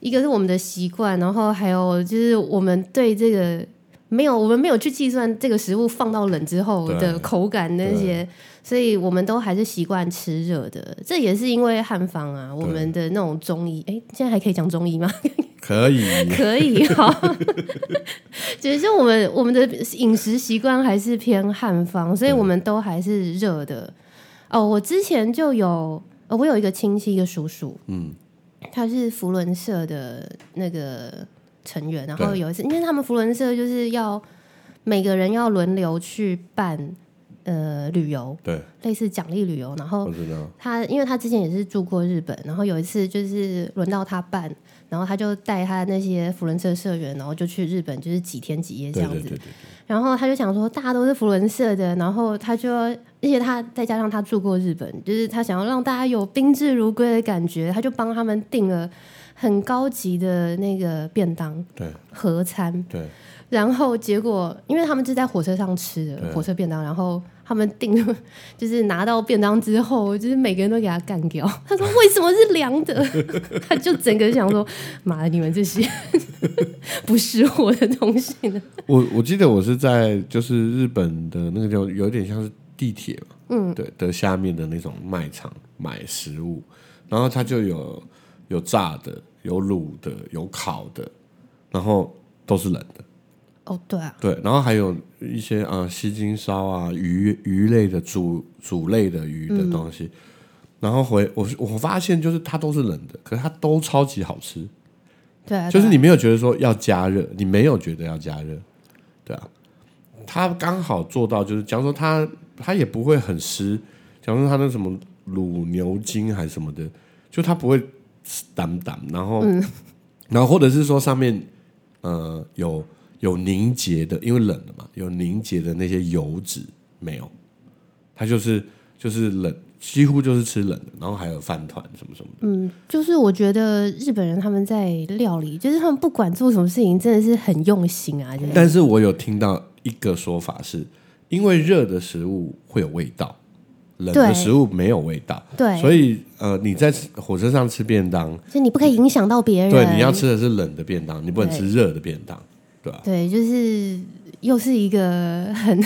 Speaker 1: 一个是我们的习惯，然后还有就是我们对这个没有，我们没有去计算这个食物放到冷之后
Speaker 2: 对
Speaker 1: 的口感那些，所以我们都还是习惯吃热的。这也是因为汉方啊，我们的那种中医，哎，现在还可以讲中医吗？
Speaker 2: 可以，
Speaker 1: 可以 哈、只是我们我们的饮食习惯还是偏汉方，所以我们都还是热的。哦，我之前就有，呃我有一个亲戚，一个叔叔，嗯，他是福伦社的那个成员，然后
Speaker 2: 对
Speaker 1: 有一次，因为他们福伦社就是要每个人要轮流去办呃旅游，
Speaker 2: 对，
Speaker 1: 类似奖励旅游，然后
Speaker 2: 我知道。
Speaker 1: 他因为他之前也是住过日本，然后有一次就是轮到他办，然后他就带他那些福伦社社员，然后就去日本，就是几天几夜这
Speaker 2: 对
Speaker 1: 样
Speaker 2: 对
Speaker 1: 子。
Speaker 2: 对对，对
Speaker 1: 然后他就想说，大家都是福伦社的，然后他就，而且他再加上他住过日本，就是他想要让大家有宾至如归的感觉，他就帮他们订了很高级的那个便当
Speaker 2: 对
Speaker 1: 盒餐，
Speaker 2: 对，
Speaker 1: 然后结果因为他们是在火车上吃的
Speaker 2: 对
Speaker 1: 火车便当，然后他们订 就是拿到便当之后，就是每个人都给他干掉。 他说为什么是凉的？ 他就整个想说，妈的，你们这些 不是我的东西呢。
Speaker 2: 我我记得我是在就是日本的那个叫有点像是地铁嘛，嗯，对的下面的那种卖场买食物，然后它就有有炸的，有卤的，有烤的，然后都是冷的，
Speaker 1: 哦，对啊，
Speaker 2: 对，然后还有一些啊、呃西京烧啊鱼鱼类的煮煮类的鱼的东西，然后回我我发现就是它都是冷的，可是它都超级好吃，
Speaker 1: 对啊，
Speaker 2: 就是
Speaker 1: 对啊
Speaker 2: 你没有觉得说要加热，你没有觉得要加热，对啊，它刚好做到，就是假如说它它也不会很湿，假如说它那什么卤牛筋还是什么的，就它不会淡淡，然后、
Speaker 1: 嗯
Speaker 2: 然后或者是说上面呃有有凝结的，因为冷了嘛，有凝结的那些油脂没有，它就是就是冷，几乎就是吃冷的，然后还有饭团什么什么的，
Speaker 1: 嗯，就是我觉得日本人他们在料理，就是他们不管做什么事情，真的是很用心啊，就是
Speaker 2: 但是我有听到一个说法是，因为热的食物会有味道，冷
Speaker 1: 对
Speaker 2: 的食物没有味道，
Speaker 1: 对，
Speaker 2: 所
Speaker 1: 以
Speaker 2: 以呃，你在火车上吃便当，
Speaker 1: 就你不可以影响到别人，
Speaker 2: 对，你要吃的是冷的便当，你不能吃热的便当，对吧、
Speaker 1: 对，就是又是一个很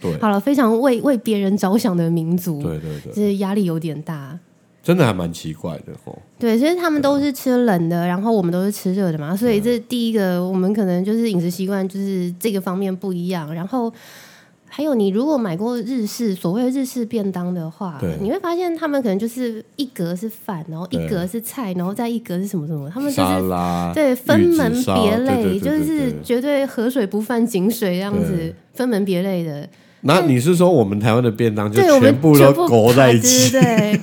Speaker 2: 对
Speaker 1: 好了，非常为为别人着想的民族，
Speaker 2: 对对对，
Speaker 1: 就是压力有点大。
Speaker 2: 真的还蛮奇怪的哦。
Speaker 1: 对，所以他们都是吃冷的，然后我们都是吃热的嘛，所以这第一个，我们可能就是饮食习惯就是这个方面不一样，然后。还有，你如果买过日式所谓的日式便当的话
Speaker 2: 对，
Speaker 1: 你会发现他们可能就是一格是饭，然后一
Speaker 2: 对
Speaker 1: 格是菜，然后再一格是什么什么，他们就
Speaker 2: 沙
Speaker 1: 是
Speaker 2: 拉
Speaker 1: 对，分门
Speaker 2: 玉子烧
Speaker 1: 别类，
Speaker 2: 对对对对
Speaker 1: 就是
Speaker 2: 对
Speaker 1: 绝对河水不犯井水这样子
Speaker 2: 对，
Speaker 1: 分门别类的。
Speaker 2: 那你是说我们台湾的便当就
Speaker 1: 对，我们
Speaker 2: 全部
Speaker 1: 全
Speaker 2: 都
Speaker 1: 部
Speaker 2: 裹在一
Speaker 1: 卡
Speaker 2: 起？
Speaker 1: 汁对。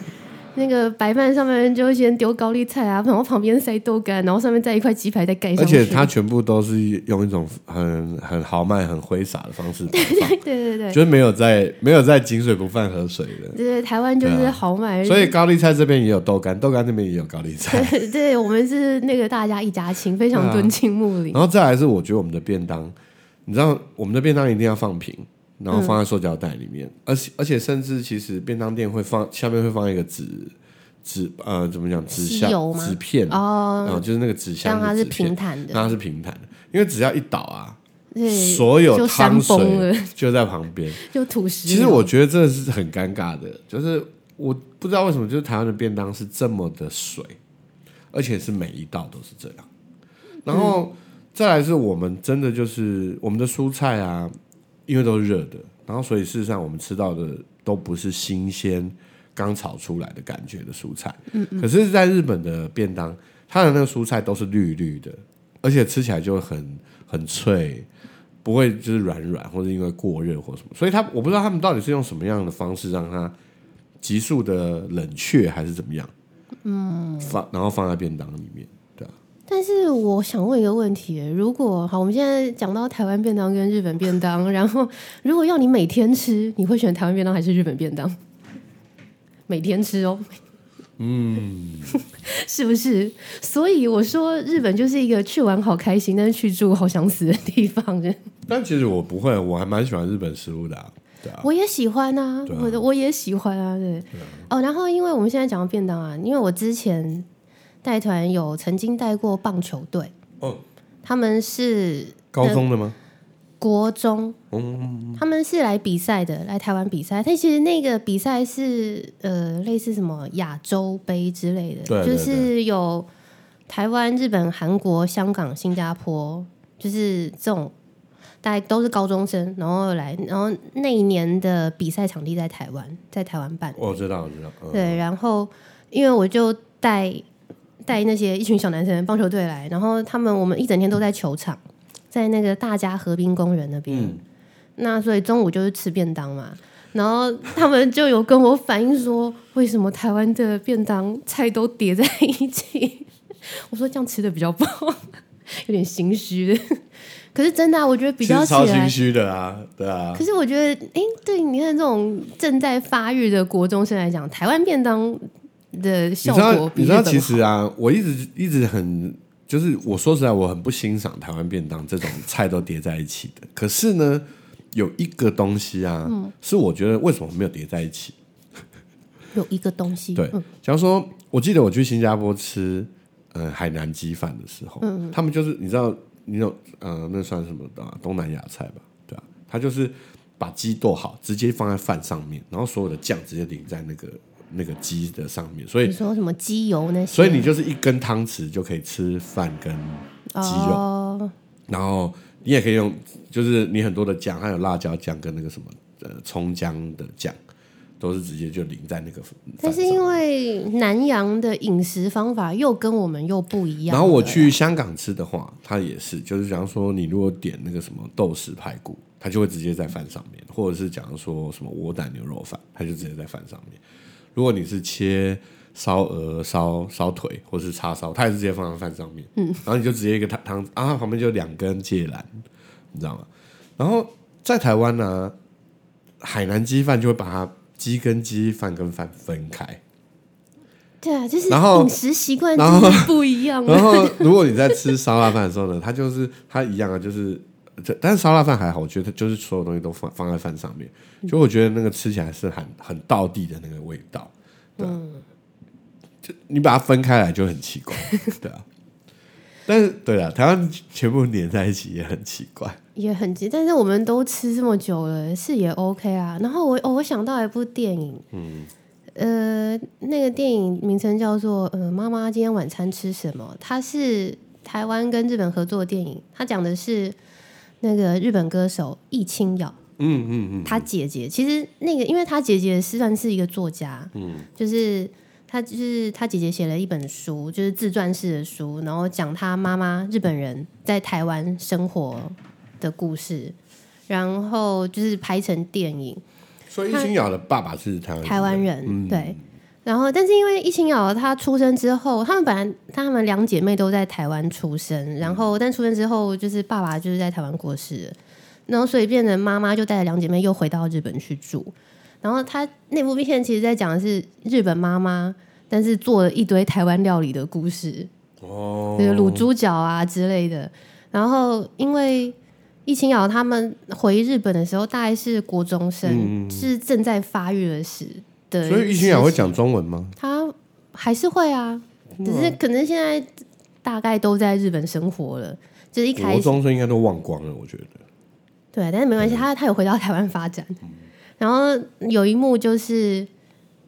Speaker 1: 那个白饭上面就先丢高丽菜啊，然后旁边塞豆干，然后上面再一块鸡排再盖上
Speaker 2: 而
Speaker 1: 去。
Speaker 2: 且它全部都是用一种很很豪迈、很挥洒的方式摆放，
Speaker 1: 对对对
Speaker 2: 就是没有在没有在井水不犯河水的。
Speaker 1: 对对，台湾就是豪迈，
Speaker 2: 所以高丽菜这边也有豆干，豆干那边也有高丽菜。
Speaker 1: 对对，我们是那个大家一家亲，非常
Speaker 2: 对啊
Speaker 1: 敦亲睦邻。
Speaker 2: 然后再来是，我觉得我们的便当，你知道我们的便当一定要放平，然
Speaker 1: 嗯
Speaker 2: 后放在塑胶袋里面，而且而且甚至其实便当店会放下面会放一个纸纸呃怎么讲纸
Speaker 1: 吸
Speaker 2: 箱
Speaker 1: 油吗
Speaker 2: 纸片啊、
Speaker 1: 哦，
Speaker 2: 然后就是那个纸箱
Speaker 1: 让
Speaker 2: 的
Speaker 1: 它是
Speaker 2: 纸片
Speaker 1: 平坦的
Speaker 2: 让它是平坦的，因为只要一倒啊，
Speaker 1: 对，
Speaker 2: 所
Speaker 1: 就
Speaker 2: 有
Speaker 1: 山
Speaker 2: 汤
Speaker 1: 崩了
Speaker 2: 水，就在旁边。
Speaker 1: 就土石流。
Speaker 2: 其实我觉得这是很尴尬的，就是我不知道为什么，就是台湾的便当是这么的水，而且是每一道都是这样。然后、再来是我们真的就是我们的蔬菜啊，因为都是热的，然后所以事实上我们吃到的都不是新鲜刚炒出来的感觉的蔬菜。嗯嗯可是，在日本的便当，它的那个蔬菜都是绿绿的，而且吃起来就很很脆，不会就是软软，或者因为过热或什么。所以它我不知道他们到底是用什么样的方式让它急速的冷却，还是怎么样？嗯，放然后放在便当里面，对啊，
Speaker 1: 但是我想问一个问题：如果好，我们现在讲到台湾便当跟日本便当， 然后如果要你每天吃，你会选台湾便当还是日本便当？每天吃哦，嗯， 是不是？所以我说日本就是一个去玩好开心，但是去住好想死的地方。
Speaker 2: 但其实我不会，我还蛮喜欢日本食物的、啊，对啊，
Speaker 1: 我也喜欢啊，
Speaker 2: 对啊
Speaker 1: 我的我也喜欢啊，对。哦，然后因为我们现在讲到便当啊，因为我之前带团有曾经带过棒球队，
Speaker 2: 哦，
Speaker 1: 他们是
Speaker 2: 高中的吗？
Speaker 1: 国中，
Speaker 2: 哦
Speaker 1: 他们是来比赛的，来台湾比赛。但其实那个比赛是呃，类似什么亚洲杯之类的，
Speaker 2: 对对
Speaker 1: 就是有台湾、日本、韩国、香港、新加坡，就是这种。大概都是高中生，然后来，然后那一年的比赛场地在台湾，在台湾办。
Speaker 2: 我知道，我知道，嗯，
Speaker 1: 对，然后因为我就带带那些一群小男生棒球队来，然后他们我们一整天都在球场，在那个大家河滨公园那边。
Speaker 2: 嗯
Speaker 1: 那所以中午就是吃便当嘛，然后他们就有跟我反映说，为什么台湾的便当菜都叠在一起？ 我说这样吃的比较饱， 有点心虚。 可是真的啊、我觉得比较
Speaker 2: 其实
Speaker 1: 起
Speaker 2: 超心
Speaker 1: 来，
Speaker 2: 虚的啊，对啊
Speaker 1: 可，是我觉得，哎、对，你看这种正在发育的国中生来讲，台湾便当的
Speaker 2: 你
Speaker 1: 效
Speaker 2: 知
Speaker 1: 果
Speaker 2: 道，
Speaker 1: 比日
Speaker 2: 你知道，
Speaker 1: 本
Speaker 2: 其实
Speaker 1: 好
Speaker 2: 啊，我一直一直很，就是我说实在，我很不欣赏台湾便当这种菜都叠在一起的。可是呢，有一个东西啊，
Speaker 1: 嗯
Speaker 2: 是我觉得为什么没有叠在一起？
Speaker 1: 有一个东西，
Speaker 2: 对，假如说，我记得我去新加坡吃呃海南鸡饭的时候，
Speaker 1: 嗯
Speaker 2: 他们就是你知道，你有呃那算什么的啊、东南亚菜吧？对啊，他就是把鸡剁好，直接放在饭上面，然后所有的酱直接淋在那个那个鸡的上面，所以
Speaker 1: 你说什么鸡油那些，
Speaker 2: 所以你就是一根汤匙就可以吃饭跟鸡肉，
Speaker 1: 哦，
Speaker 2: 然后你也可以用，就是你很多的酱，还有辣椒酱跟那个什么呃葱姜的酱，都是直接就淋在那个饭上。
Speaker 1: 但是因为南洋的饮食方法又跟我们又不一样，
Speaker 2: 然后我去香港吃的话，它也是，就是假如说你如果点那个什么豆豉排骨，它就会直接在饭上面，或者是假如说什么窝蛋牛肉饭，它就直接在饭上面。如果你是切烧鹅、烧烧腿或是叉烧，它也是直接放在饭上面。嗯，然后你就直接一个汤汤啊，旁边就两根芥兰，你知道吗？然后在台湾呢、海南鸡饭就会把它鸡跟鸡、饭跟饭分开。
Speaker 1: 对啊，就是
Speaker 2: 然后
Speaker 1: 饮食习惯
Speaker 2: 然后
Speaker 1: 真是不一样啊，
Speaker 2: 然后，如果你在吃烧腊饭的时候呢，它就是它一样啊，就是这，但是烧腊饭还好，我觉得它就是所有东西都放放在饭上面，就我觉得那个吃起来是很很道地的那个味道，对、啊就你把它分开来就很奇怪，对啊。但是对啊，台湾全部粘在一起也很奇怪。
Speaker 1: 也很急，但是我们都吃这么久了，是也 OK 啊。然后我哦，我想到一部电影，嗯，呃，那个电影名称叫做《呃，妈妈今天晚餐吃什么》，它是台湾跟日本合作的电影，它讲的是那个日本歌手易清瑶。
Speaker 2: 嗯嗯嗯，
Speaker 1: 他姐姐其实那个，因为他姐姐是算是一个作家，嗯，就是他就是他姐姐写了一本书，就是自传式的书，然后讲他妈妈日本人在台湾生活的故事，然后就是拍成电影，
Speaker 2: 所以一心瑶的爸爸是台湾
Speaker 1: 台湾人、
Speaker 2: 嗯
Speaker 1: 对。然后，但是因为易清瑶她出生之后，她们本来她们两姐妹都在台湾出
Speaker 2: 嗯
Speaker 1: 生，然后但出生之后，就是爸爸就是在台湾过世了，然后所以变成妈妈就带着两姐妹又回到日本去住。然后她那部片其实在讲的是日本妈妈，但是做了一堆台湾料理的故事，
Speaker 2: 哦，
Speaker 1: 那个卤猪脚啊之类的。然后因为易清瑶他们回日本的时候，大概是国中生，是正在发育的时的时期。
Speaker 2: 嗯所以一心瑶会讲中文吗？
Speaker 1: 他还是会啊，只是可能现在大概都在日本生活了，就是一开
Speaker 2: 国
Speaker 1: 始
Speaker 2: 中生应该都忘光了，我觉得。
Speaker 1: 对，但是没关系，他他有回到台湾发展。然后有一幕就是，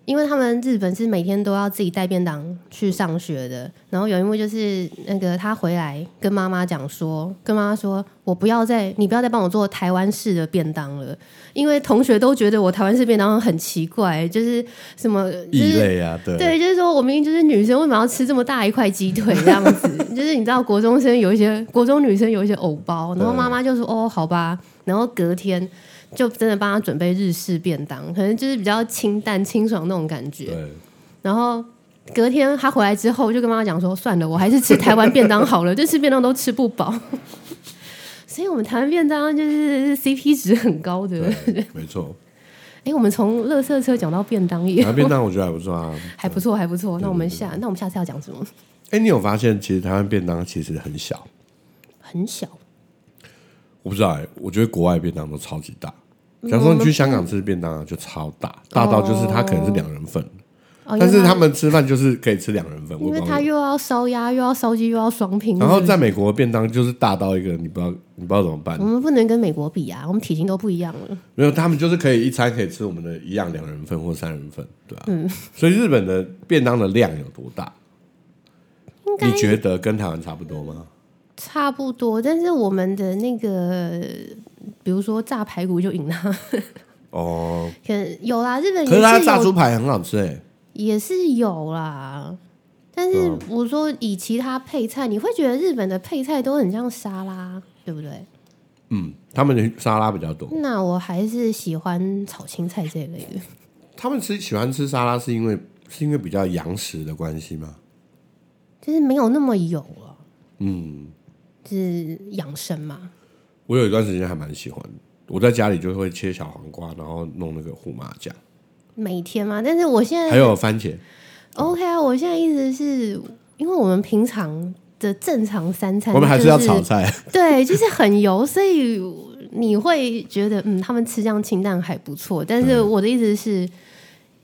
Speaker 1: 因为他们日本是每天都要自己带便当去上学的，然后有一幕就是那个他回来跟妈妈讲说，跟妈妈说，我不要再你不要再帮我做台湾式的便当了，因为同学都觉得我台湾式便当很奇怪，就是什么就
Speaker 2: 异
Speaker 1: 是
Speaker 2: 类啊，对，
Speaker 1: 对，就是说我明明就是女生，为什么要吃这么大一块鸡腿这样子？ 就是你知道国中生有一些国中女生有一些藕包，然后妈妈就说哦好吧，然后隔天就真的帮她准备日式便当，可能就是比较清淡清爽那种感觉。
Speaker 2: 对，
Speaker 1: 然后隔天她回来之后就跟妈妈讲说，算了，我还是吃台湾便当好了，这次便当都吃不饱。 所以我们台湾便当就是 CP 值很高的。
Speaker 2: 对，没错。
Speaker 1: 哎，我们从垃圾车讲到便当业
Speaker 2: 然。后便当我觉得还不错啊。
Speaker 1: 还不错，还不错。那我们下，那我们下次要讲什么？
Speaker 2: 哎、你有发现其实台湾便当其实很小？
Speaker 1: 很小，
Speaker 2: 我不知道哎、我觉得国外便当都超级大。
Speaker 1: 嗯
Speaker 2: 假如说你去香港吃便当啊，就超大，大到就是它可能是两人份，
Speaker 1: 哦、
Speaker 2: 但
Speaker 1: 因
Speaker 2: 是
Speaker 1: 为
Speaker 2: 他们吃饭就是可以吃两人份。
Speaker 1: 因
Speaker 2: 我也
Speaker 1: 为
Speaker 2: 不知道
Speaker 1: 他
Speaker 2: 为什么
Speaker 1: 又要烧鸭，又要烧鸡，又要双拼，
Speaker 2: 然后
Speaker 1: 是不是嗯
Speaker 2: 在美国便当就是大到一个你不知道你不知道怎么办
Speaker 1: 我，们不能跟美国比啊，我们体型都不一样了。
Speaker 2: 没有他们就是可以一餐可以吃我们的一样两人份或三人份，对啊。
Speaker 1: 嗯
Speaker 2: 所以日本的便当的量有多大？
Speaker 1: 应该
Speaker 2: 你觉得跟台湾差不多吗？
Speaker 1: 差不多，但是我们的那个，比如说炸排骨就赢了，
Speaker 2: 哦，
Speaker 1: 可能有啦，日本
Speaker 2: 可是它
Speaker 1: 也
Speaker 2: 的
Speaker 1: 是
Speaker 2: 炸猪
Speaker 1: 有，
Speaker 2: 排很好吃哎、
Speaker 1: 也是有啦。但是
Speaker 2: 嗯
Speaker 1: 我说以其他配菜，你会觉得日本的配菜都很像沙拉，对不对？
Speaker 2: 嗯，他们的沙拉比较多。
Speaker 1: 那我还是喜欢炒青菜这一类的。
Speaker 2: 他们吃喜欢吃沙拉是因为是因为比较洋食的关系吗？
Speaker 1: 就是没有那么有了。嗯，就是养生嘛。
Speaker 2: 我有一段时间还蛮喜欢的，我在家里就会切小黄瓜，然后弄那个胡麻酱，嗯
Speaker 1: 每天嘛，但是我现在
Speaker 2: 还有番茄。
Speaker 1: OK 啊，我现在意思是，因为我们平常的正常三餐、就是，
Speaker 2: 我们还是要炒菜。
Speaker 1: 对，就是很油，所以你会觉得嗯，他们吃这样清淡还不
Speaker 2: 嗯
Speaker 1: 错。但是我的意思是，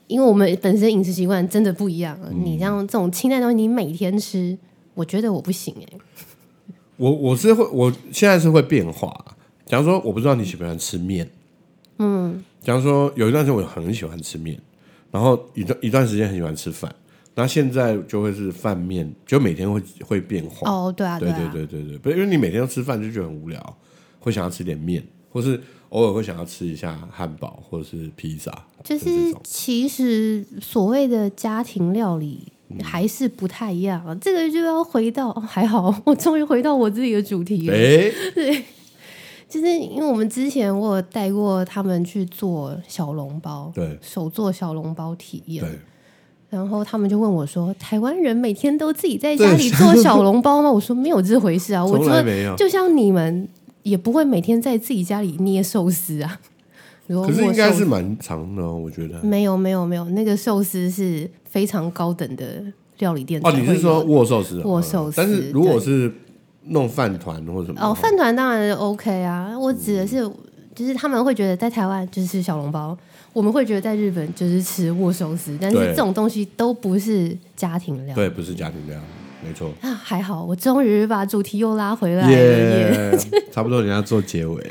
Speaker 1: 因为我们本身饮食习惯真的不一样，
Speaker 2: 嗯
Speaker 1: 你这样这种清淡东西，你每天吃，我觉得我不行哎、
Speaker 2: 我我是会，我现在是会变化。假如说，我不知道你喜不喜欢吃面，嗯，假如说有一段时间我很喜欢吃面，然后一段一段时间很喜欢吃饭，那现在就会是饭面，就每天会会变化。
Speaker 1: 哦，对啊，
Speaker 2: 对
Speaker 1: 啊，
Speaker 2: 对对对对，不是因为你每天都吃饭就觉得很无聊，会想要吃点面，或是偶尔会想要吃一下汉堡或者是披萨，
Speaker 1: 就是其实所谓的家庭料理
Speaker 2: 嗯
Speaker 1: 还是不太一样，啊这个就要回到、哦还好，我终于回到我自己的主题了。
Speaker 2: 哎，
Speaker 1: 就是因为我们之前我有带过他们去做小笼包，
Speaker 2: 对
Speaker 1: 手做小笼包体验，
Speaker 2: 对，
Speaker 1: 然后他们就问我说：“台湾人每天都自己在家里做小笼包吗？”我说：“没有这回事啊，我
Speaker 2: 从
Speaker 1: 觉
Speaker 2: 来
Speaker 1: 得
Speaker 2: 没有。
Speaker 1: 就像你们也不会每天在自己家里捏寿司 啊。”如果
Speaker 2: 可是应该
Speaker 1: 握寿司嗯
Speaker 2: 是蛮长的哦，我觉得。
Speaker 1: 没有没有没有，那个寿司是非常高等的料理店才
Speaker 2: 哦，
Speaker 1: 会有
Speaker 2: 你
Speaker 1: 的。
Speaker 2: 是说握寿司啊？
Speaker 1: 握寿司
Speaker 2: 但是如果是弄饭团或什么的话，
Speaker 1: 哦，饭团当然 OK 啊，我指的
Speaker 2: 嗯
Speaker 1: 是，就是他们会觉得在台湾就是吃小笼包，我们会觉得在日本就是吃握寿司，但是
Speaker 2: 对
Speaker 1: 这种东西都不是家庭料。
Speaker 2: 对，不是家庭料理，没错。
Speaker 1: 啊，还好，我终于把主题又拉回来了耶
Speaker 2: 耶， 差不多人家做结尾。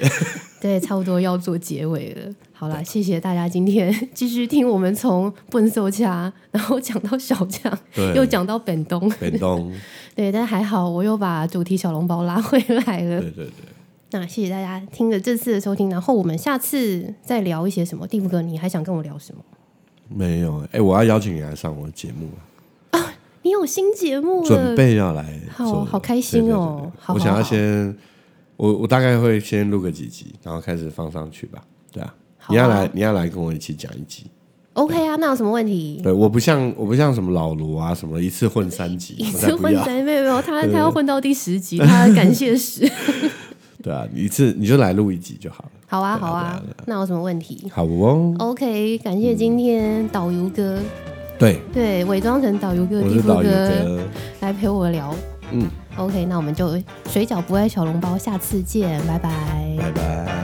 Speaker 1: 对，差不多要做结尾了。好啦，谢谢大家今天继续听我们从笨兽掐，然后讲到小将，
Speaker 2: 对，
Speaker 1: 又讲到本东。
Speaker 2: 北东，
Speaker 1: 对，但还好我又把主题小笼包拉回来了
Speaker 2: 对。对对，
Speaker 1: 那谢谢大家听了这次的收听，然后我们下次再聊一些什么。蒂夫哥，你还想跟我聊什么？
Speaker 2: 没有。哎，我要邀请你来上我的节目，
Speaker 1: 你有新节目了？
Speaker 2: 准备要来
Speaker 1: 好
Speaker 2: 做了，
Speaker 1: 好开心哦
Speaker 2: 对对对对
Speaker 1: 好
Speaker 2: 我想
Speaker 1: 好
Speaker 2: 要
Speaker 1: 好
Speaker 2: 先，我我大概会先录个几集，然后开始放上去吧。对啊，
Speaker 1: 好啊
Speaker 2: 你要来，你要来跟我一起讲一集。
Speaker 1: OK 啊？那有什么问题？
Speaker 2: 对，我不像我不像什么老卢啊，什么一次混三集，
Speaker 1: 一
Speaker 2: 我
Speaker 1: 次
Speaker 2: 才不
Speaker 1: 混
Speaker 2: 要。
Speaker 1: 三没有没有，他他要混到第十集，他感谢 十。
Speaker 2: 对啊，一次你就来录一集就好了。
Speaker 1: 好啊好
Speaker 2: 对啊
Speaker 1: 啊
Speaker 2: 对啊，
Speaker 1: 那有什么问题
Speaker 2: 好哦，
Speaker 1: ？OK，感谢今天导游哥，
Speaker 2: 对，
Speaker 1: 对，伪装成导游哥
Speaker 2: 我
Speaker 1: 蒂
Speaker 2: 是
Speaker 1: 夫
Speaker 2: 导游
Speaker 1: 哥
Speaker 2: 哥，
Speaker 1: 来陪我聊。
Speaker 2: 嗯，
Speaker 1: OK，那我们就水饺不爱小笼包，下次见，拜拜
Speaker 2: 拜拜。